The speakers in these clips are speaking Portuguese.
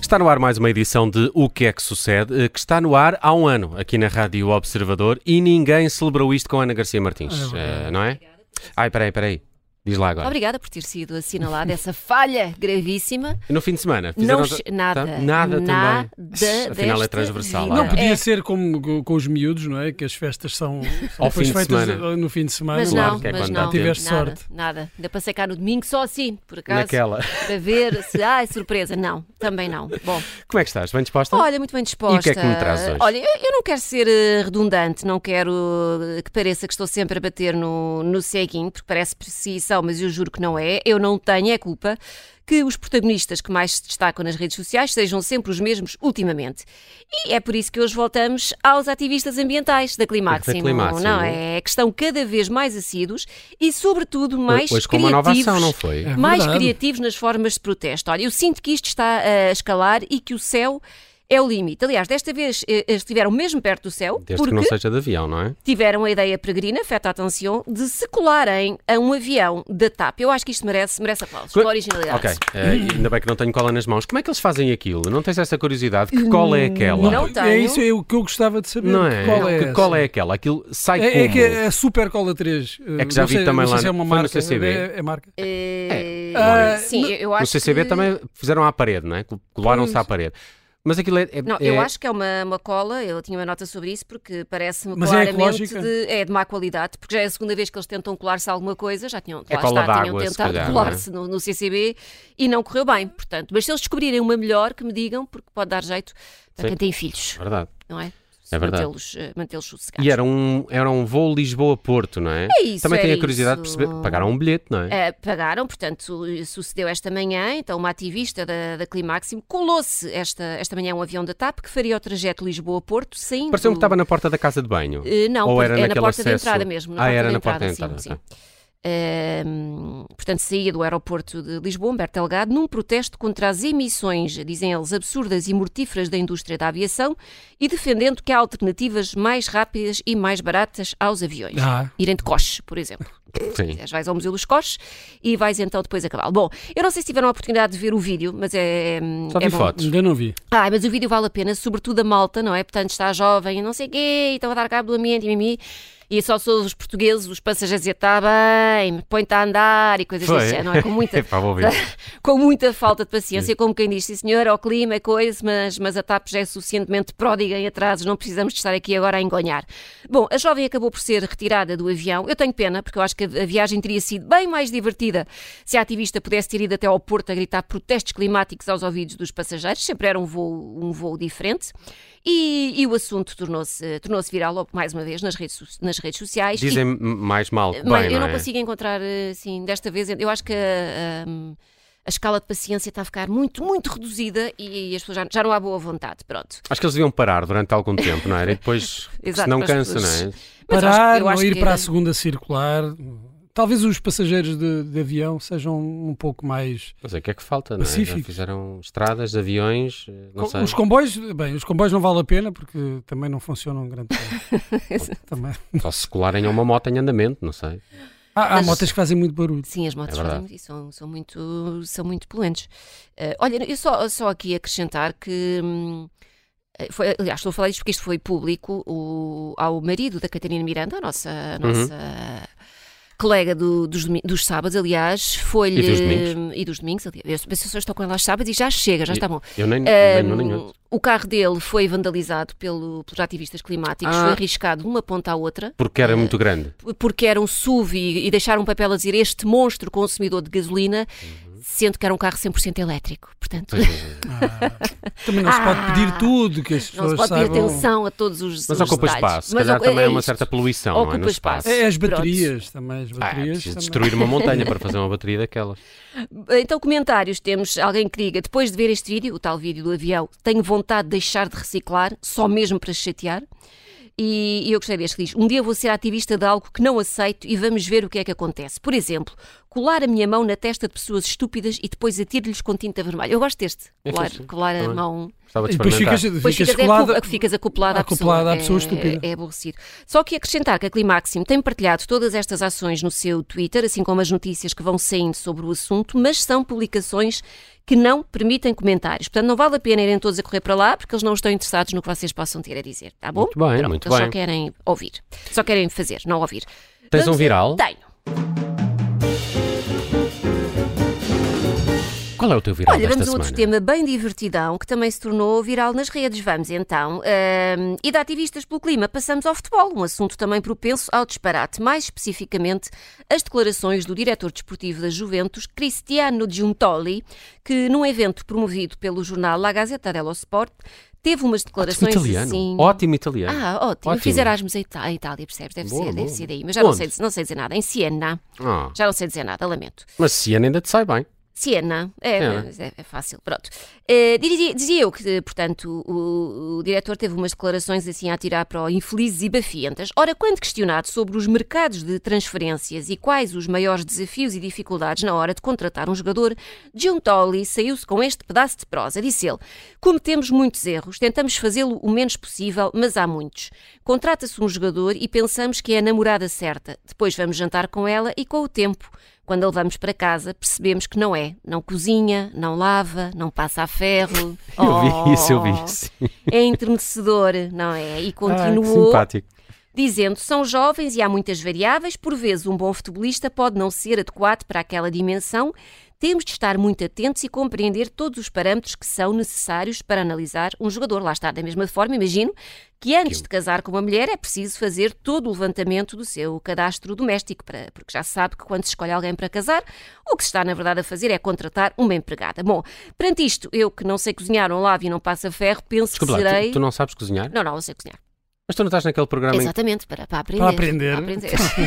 Está no ar mais uma edição de O que é que sucede, que está no ar há um ano aqui na Rádio Observador e ninguém celebrou isto com Ana Garcia Ah, Martins, eh, não é? Ai, peraí, peraí. Diz lá agora. Obrigada por ter sido assinalada essa falha gravíssima. No fim de semana, fizeram Não, che- outra- Tá? nada. Nada, nada também. desta Afinal, é transversal, vida. olha. Não É. podia ser como com- com os miúdos, não é? Que as festas são, são Ao fim depois de feitas eh, semana. no fim de semana. Mas Claro não, que é mas quando dá não. tempo. Tiveste nada, sorte. Nada. Ainda passei cá no domingo só assim, por acaso. Naquela. Para ver se. Ai, surpresa. Não, também não. Bom, Como é que estás? Bem disposta? olha, muito bem disposta. E o que é que me trazes hoje? Olha, eu, eu não quero ser eh, redundante, não quero eh, que pareça que estou sempre a bater no, no ceguinho, porque parece precisão, mas eu juro que não é. Eu não tenho é culpa que os protagonistas que mais se destacam nas redes sociais sejam sempre os mesmos ultimamente. E é por isso que hoje voltamos aos ativistas ambientais da Climáximo. Climáximo. Não é? Que estão cada vez mais assíduos e, sobretudo, mais Hoje criativos com uma nova ação, não foi? É mais verdade. criativos nas formas de protesto. Olha, eu sinto que isto está a escalar e que o céu é o limite. Aliás, desta vez eh, estiveram mesmo perto do céu, Desde que porque não seja de avião, não é? tiveram a ideia peregrina, feta atenção, de se colarem a um avião da TAP. Eu acho que isto merece, merece aplausos, Co- pela originalidade. Ok, eh, ainda bem que não tenho cola nas mãos. Como é que eles fazem aquilo? Não tens essa curiosidade? Que cola é aquela? Não tenho. É isso é o que eu gostava de saber. Não Que é? cola é que essa? cola é aquela? Aquilo sai É- é como? que é a Super Cola 3. É que já não vi sei, também não sei lá se é no- uma foi no marca. CCB. É, é marca. Eh, Ah, sim, no- eu- eu acho No CCB que... também fizeram à parede, não é? Col- Colaram-se à parede. Mas aquilo é. é- Não, eu é- acho que é uma, uma cola, eu tinha uma nota sobre isso, porque parece-me Mas é claramente ecológica? de, é de má qualidade, porque já é a segunda vez que eles tentam colar-se a alguma coisa, já tinham, É lá cola está, tinham d'água, se tentado calhar, não é? colar-se no, no CCB e não correu bem, portanto. Mas se eles descobrirem uma melhor, que me digam, porque pode dar jeito para Sim. quem tem filhos, Verdade. não é? É verdade. Mantê-los eh, mantê-los sossegados. E era um, era um voo Lisboa-Porto, não é? É isso, Também é tenho a curiosidade isso. de perceber. Pagaram um bilhete, não é? Eh, pagaram, portanto, su- sucedeu esta manhã. Então, uma ativista da, da Climáximo colou-se esta, esta manhã um avião da TAP que faria o trajeto Lisboa-Porto, saindo Pareceu-me que estava na porta da casa de banho. Eh, não, Ou pois- era é na naquele porta de acesso- entrada mesmo. Ah, porta era de na porta de entrada, sim, sim. Ehm, portanto, saía do aeroporto de Lisboa, Humberto Delgado, num protesto contra as emissões, dizem eles, absurdas e mortíferas da indústria da aviação e defendendo que há alternativas mais rápidas e mais baratas aos aviões. Ah. Irem de coche, por exemplo. tá. Sim. Vais ao Museu dos Coches e vais então depois a cavalo. Bom, eu não sei se tiveram a oportunidade de ver o vídeo, mas é. Só vi é bom. fotos. Ainda não vi. Ah, mas o vídeo vale a pena, sobretudo a malta, não é? Portanto, está jovem e não sei o quê, e estão a dar cabo do ambiente e mimimi. E só são os portugueses, os passageiros, a dizer, está bem, põe-te a andar e coisas Foi. desse género, não é? Com muita, Epá, vou ver. com muita falta de paciência, como quem diz, sim senhor, ao clima, é coisa, mas, mas a TAP já é suficientemente pródiga em atrasos, não precisamos de estar aqui agora a engonhar. Bom, a jovem acabou por ser retirada do avião. Eu tenho pena, porque eu acho que a a viagem teria sido bem mais divertida se a ativista pudesse ter ido até ao Porto a gritar protestos climáticos aos ouvidos dos passageiros. Sempre era um voo, um voo diferente. E, e o assunto tornou-se tornou viral logo mais uma vez nas redes, so- nas redes sociais. E Dizem mais mal que bem, mas eu não não é? consigo encontrar, eh, assim, desta vez. Eu acho que ah, hum, a escala de paciência está a ficar muito, muito reduzida e, as pessoas já, já não há boa vontade. Pronto. Acho que eles deviam parar durante algum tempo, não era? E depois, Exato, senão mas cansa, depois- não é? Mas eu acho- Parar, eu não acho ir que- é- para a segunda circular. Talvez os passageiros de, de avião sejam um pouco mais. Não sei o que é que falta, não é? Já Pacífico. fizeram estradas, de aviões, eh, não sei. Os comboios, bem, os comboios não vale a pena porque também não funcionam grande tempo. também. Só se colarem a uma moto em andamento, não sei. Há, há Mas- motas que fazem muito barulho. Sim, as motos É verdade. fazem muito isso, são, são muito, são muito poluentes. Eh, olha, eu só, só aqui acrescentar que. hum, eh, foi, aliás, estou a falar isto porque isto foi público o, ao marido da Catarina Miranda, a nossa, a Uhum. nossa colega do- dos, domi- dos sábados, aliás, foi-lhe. E dos domingos. E dos domingos, aliás. As pessoas estão com ela aos sábados e já chega, já está bom. Eu nem, Ahm, nem nenhum, nem outro. o carro dele foi vandalizado pelo, pelos ativistas climáticos, Ah. foi arriscado de uma ponta à outra Porque era muito grande. porque era um SUV e, e deixaram um papel a dizer este monstro consumidor de gasolina, sendo que era um carro 100% elétrico. Portanto, Pois, pois, pois. Também não se pode Ah. pedir tudo que as não pessoas se pode ter saibam. atenção a todos os Mas os ocupa detalhes. espaço. Se calhar ocu- é também há uma isto. certa poluição, não é? No Ocupa espaço. espaço. É as Pronto. baterias também, as Ah, é baterias. preciso também. destruir uma montanha para fazer uma bateria daquelas. Então, comentários. Temos alguém que diga, depois de ver este vídeo, o tal vídeo do avião, tenho vontade de deixar de reciclar, só mesmo para chatear. E, e eu gostei deste que diz, um dia vou ser ativista de algo que não aceito e vamos ver o que é que acontece. Por exemplo, colar a minha mão na testa de pessoas estúpidas e depois atiro-lhes com tinta vermelha. Eu gosto deste. É Colar, fixe. colar a Também. mão. Gostava de E depois experimentar. ficas, Depois ficas ficas, colado. acu- ficas acoplada, acoplada à à pessoa. pessoa estúpida. É, é aborrecido. Só que acrescentar que a Climaxim tem partilhado todas estas ações no seu Twitter, assim como as notícias que vão saindo sobre o assunto, mas são publicações que não permitem comentários. Portanto, não vale a pena irem todos a correr para lá, porque eles não estão interessados no que vocês possam ter a dizer. Tá bom? Muito bem, Pronto, muito eles bem. só querem ouvir. Só querem fazer, não ouvir. Tens Vamos- um viral? Tenho. Qual é o teu viral Olha, desta vamos a outro semana? tema bem divertidão que também se tornou viral nas redes. Vamos então. hum, e de ativistas pelo clima, passamos ao futebol, um assunto também propenso ao disparate. Mais especificamente, as declarações do diretor desportivo da Juventus, Cristiano Giuntoli, que num evento promovido pelo jornal La Gazzetta dello Sport, teve umas Ótimo declarações é um italiano. assim. Ótimo italiano. Ah, ótimo. Eu Ótimo. Fiz Erasmus em Ita- em Itália, percebes? Deve, Boa, ser, boa. deve ser daí. Mas já não Onde? sei, não sei dizer nada. Em Siena. Ah, Já não sei dizer nada, lamento. mas Siena ainda te sai bem. Siena, é, Siena. mas é, é fácil, pronto. Eh, dizia, dizia eu que, eh, portanto, o, o diretor teve umas declarações assim a tirar para o infelizes e bafientas. Ora, quando questionado sobre os mercados de transferências e quais os maiores desafios e dificuldades na hora de contratar um jogador, John Tolley saiu-se com este pedaço de prosa. Disse ele, cometemos muitos erros, tentamos fazê-lo o menos possível, mas há muitos. Contrata-se um jogador e pensamos que é a namorada certa. Depois vamos jantar com ela e com o tempo. Quando a levamos para casa, percebemos que não é. Não cozinha, não lava, não passa a ferro. Eu vi isso, eu vi Oh, isso. Ah, É enternecedor, não é? E continuou Simpático. dizendo são jovens e há muitas variáveis, por vezes um bom futebolista pode não ser adequado para aquela dimensão. Temos de estar muito atentos e compreender todos os parâmetros que são necessários para analisar um jogador. Lá está, da mesma forma, imagino que antes de casar com uma mulher é preciso fazer todo o levantamento do seu cadastro doméstico, para- porque já se sabe que quando se escolhe alguém para casar, o que se está na verdade a fazer é contratar uma empregada. Bom, perante isto, eu que não sei cozinhar, não lavo e não passo a ferro, penso Desculpa que lá, serei. tu, tu não sabes cozinhar? Não, não, eu sei cozinhar. Mas tu não estás naquele programa em Exatamente, para, para aprender. Para aprender. Para aprender.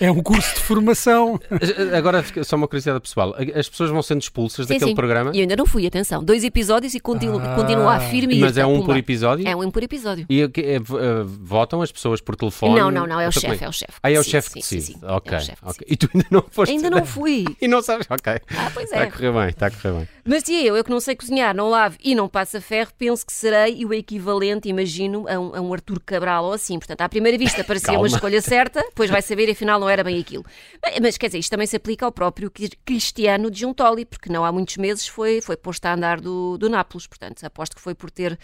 É um curso de formação. que... Agora, fica- só uma curiosidade pessoal. As pessoas vão sendo expulsas Sim, daquele sim. programa, E eu ainda não fui, atenção. Dois episódios e continuo, Ah. continuo a firme e mas irta, é um pumba. por episódio? É um por episódio. E o que- é, v- eh, votam as pessoas por telefone? não, não, não, é o Então, como chefe, é o chefe. Ah, é o Sim, chefe que sim, sim, decide. sim, é o Ok, chefe que ok. E tu ainda não foste. Ainda não fui. E não sabes? Ok. Ah, pois Está a é. correr bem, está a correr bem. Mas se eu, eu que não sei cozinhar, não lavo e não passo a ferro, penso que serei o equivalente, imagino, a um, a um Arthur Cabral ou assim. Portanto, à primeira vista parecia uma Calma. escolha certa, depois vai saber, afinal não era bem aquilo. Mas, mas, quer dizer, isto também se aplica ao próprio Cri- Cristiano de Giuntoli, porque não há muitos meses foi, foi posto a andar do, do Nápoles. Portanto, aposto que foi por ter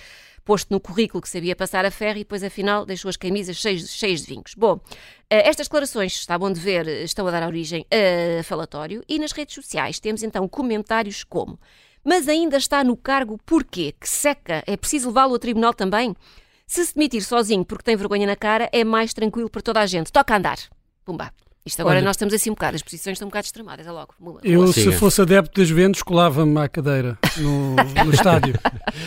posto no currículo que sabia passar a ferro e depois, afinal, deixou as camisas cheias, cheias de vinhos. Bom, eh, estas declarações, está bom de ver, eh, estão a dar origem a falatório e nas redes sociais temos então comentários como mas ainda está no cargo porquê? Que seca! É preciso levá-lo ao tribunal também? Se se demitir sozinho porque tem vergonha na cara, é mais tranquilo para toda a gente. Toca andar. Pumba. Isto agora Olha- nós estamos assim um bocado, as posições estão um bocado extremadas, é logo. Boa, boa. Eu, Siga. se fosse adepto das Juventus, colava-me à cadeira no, no estádio.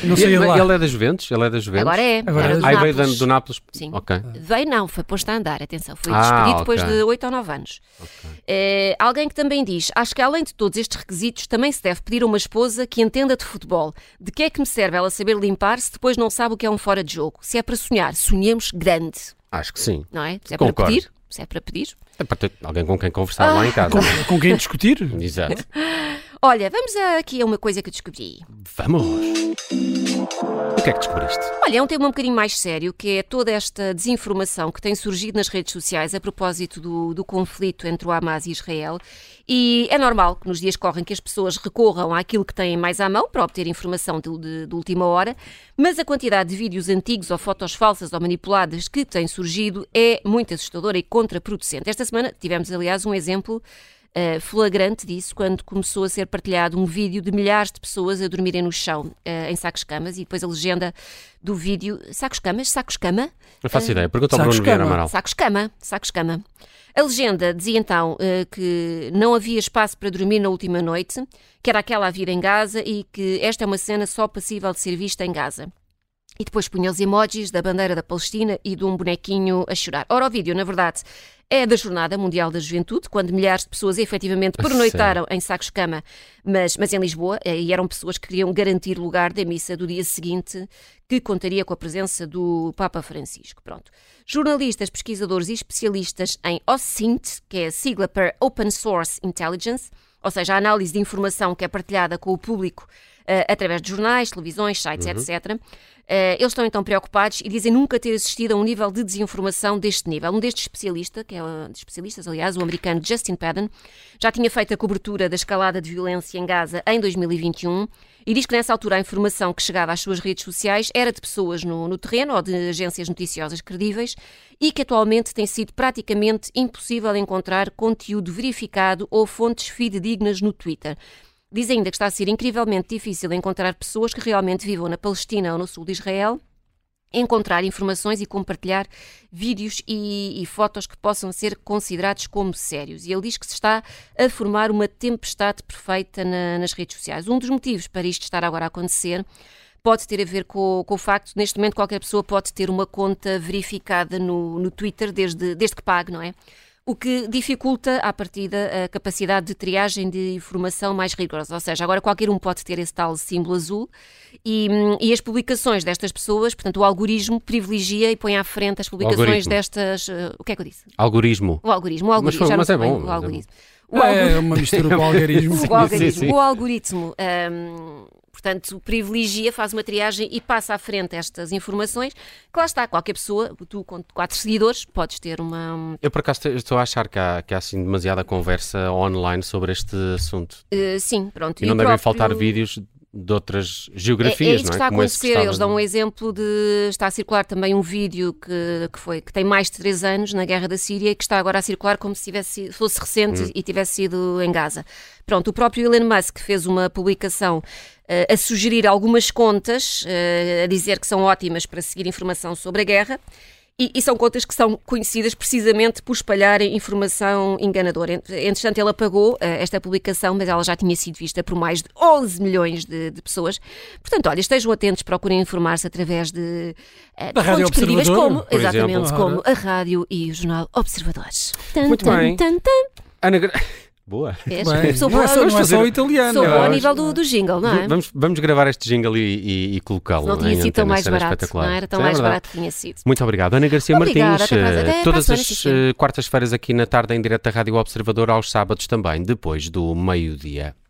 Não E sei ele, lá. ele é das Juventus? Ele é das Juventus? Agora é. Agora era é. do Aí veio do, Nápoles. do Nápoles? Sim. Ok. Veio não, foi posto a andar, atenção, foi Ah, despedido depois ok. de 8 ou 9 anos. Eh, alguém que também diz, acho que além de todos estes requisitos, também se deve pedir a uma esposa que entenda de futebol. De que é que me serve ela saber limpar se depois não sabe o que é um fora de jogo? Se é para sonhar, sonhemos grande, Acho que sim. não é? Se é para Concordo. pedir, se é para pedir. É para ter alguém com quem conversar lá em casa. é? Com, É com quem discutir? Exato. Olha, vamos a- aqui a uma coisa que eu descobri. Vamos! O que é que descobriste? Olha, é um tema um bocadinho mais sério, que é toda esta desinformação que tem surgido nas redes sociais a propósito do, do conflito entre o Hamas e Israel. E é normal que nos dias que correm que as pessoas recorram àquilo que têm mais à mão para obter informação de, de- de última hora, mas a quantidade de vídeos antigos ou fotos falsas ou manipuladas que tem surgido é muito assustadora e contraproducente. Esta semana tivemos, aliás, um exemplo eh, flagrante disso quando começou a ser partilhado um vídeo de milhares de pessoas a dormirem no chão eh, em sacos-camas e depois a legenda do vídeo sacos-camas, sacos-cama, Não Ah. faço ideia. Pergunta ao Sacos Bruno Vieira cama. Amaral. sacos-cama, sacos-cama. A legenda dizia então eh, que não havia espaço para dormir na última noite, que era aquela a vida em Gaza e que esta é uma cena só passível de ser vista em Gaza. E depois punha os emojis da bandeira da Palestina e de um bonequinho a chorar. Ora, o vídeo, na verdade, é da Jornada Mundial da Juventude, quando milhares de pessoas efetivamente pernoitaram em sacos de cama, mas, mas em Lisboa, eh, e eram pessoas que queriam garantir lugar da missa do dia seguinte, que contaria com a presença do Papa Francisco. Pronto. Jornalistas, pesquisadores e especialistas em OSCINT, que é a sigla para Open Source Intelligence, ou seja, a análise de informação que é partilhada com o público eh, através de jornais, televisões, sites, etc. Eh, eles estão então preocupados e dizem nunca ter assistido a um nível de desinformação deste nível. Um destes especialista, que é um dos especialistas, aliás, o americano Justin Padden, já tinha feito a cobertura da escalada de violência em Gaza em 2021 e diz que nessa altura a informação que chegava às suas redes sociais era de pessoas no, no terreno ou de agências noticiosas credíveis e que atualmente tem sido praticamente impossível encontrar conteúdo verificado ou fontes fidedignas no Twitter. Diz ainda que está a ser incrivelmente difícil encontrar pessoas que realmente vivam na Palestina ou no sul de Israel, encontrar informações e compartilhar vídeos e, e fotos que possam ser considerados como sérios. E ele diz que se está a formar uma tempestade perfeita na- nas redes sociais. Um dos motivos para isto estar agora a acontecer pode ter a ver com, com o facto de, neste momento, qualquer pessoa pode ter uma conta verificada no, no Twitter, desde, desde que pague, não é? O que dificulta, à partida, a capacidade de triagem de informação mais rigorosa. Ou seja, agora qualquer um pode ter esse tal símbolo azul e, hum, e as publicações destas pessoas, portanto, o algoritmo privilegia e põe à frente as publicações Algoritmo. destas. eh, o que é que eu disse? Algoritmo. O algoritmo, o algoritmo. foi- já não mas sei é bem, bom, mas O é algoritmo. O algoritmo. É uma mistura com o algarismo. Sim, O algoritmo, sim, sim. o algoritmo, hum, portanto, privilegia, faz uma triagem e passa à frente estas informações. Que lá está, qualquer pessoa, tu com quatro seguidores, podes ter uma. Eu por acaso te- estou a achar que há, que há assim demasiada conversa online sobre este assunto. eh, sim, pronto. E, não o devem próprio- faltar vídeos de outras É, é geografias, isso não é? que está a Como esse que acontecer. Eles estava- dão um exemplo de. Está a circular também um vídeo que, que, foi, que tem mais de 3 anos na guerra da Síria e que está agora a circular como se tivesse, fosse recente Hum. e tivesse sido em Gaza. Pronto, o próprio Elon Musk fez uma publicação eh, a sugerir algumas contas, eh, a dizer que são ótimas para seguir informação sobre a guerra. E, e são contas que são conhecidas precisamente por espalharem informação enganadora. Ent- Entretanto, ele apagou eh, esta publicação, mas ela já tinha sido vista por mais de 11 milhões de, de pessoas. Portanto, olha, estejam atentos, procurem informar-se através de, eh, de Da Rádio fontes credíveis, Observador, como, por exatamente, exemplo. como a rádio e o jornal Observadores. Tan, Muito tan, bem. tan, tan. Ana Gra- Boa. Vês? Bem, Sou não, boa, é só, não é só o fazer- italiano. sou não, boa a acho- nível do, do jingle, não é? Vamos, vamos gravar este jingle e, e- e colocá-lo. Não tinha em sido tão antena, mais será barato, espetacular. não era tão Sim, é mais verdade. barato que tinha sido. Muito obrigado. Ana Garcia Obrigada, Martins, até para a- eh, até para a todas semana, as sim, sim. eh, quartas-feiras aqui na tarde em direto da Rádio Observador, aos sábados também, depois do meio-dia.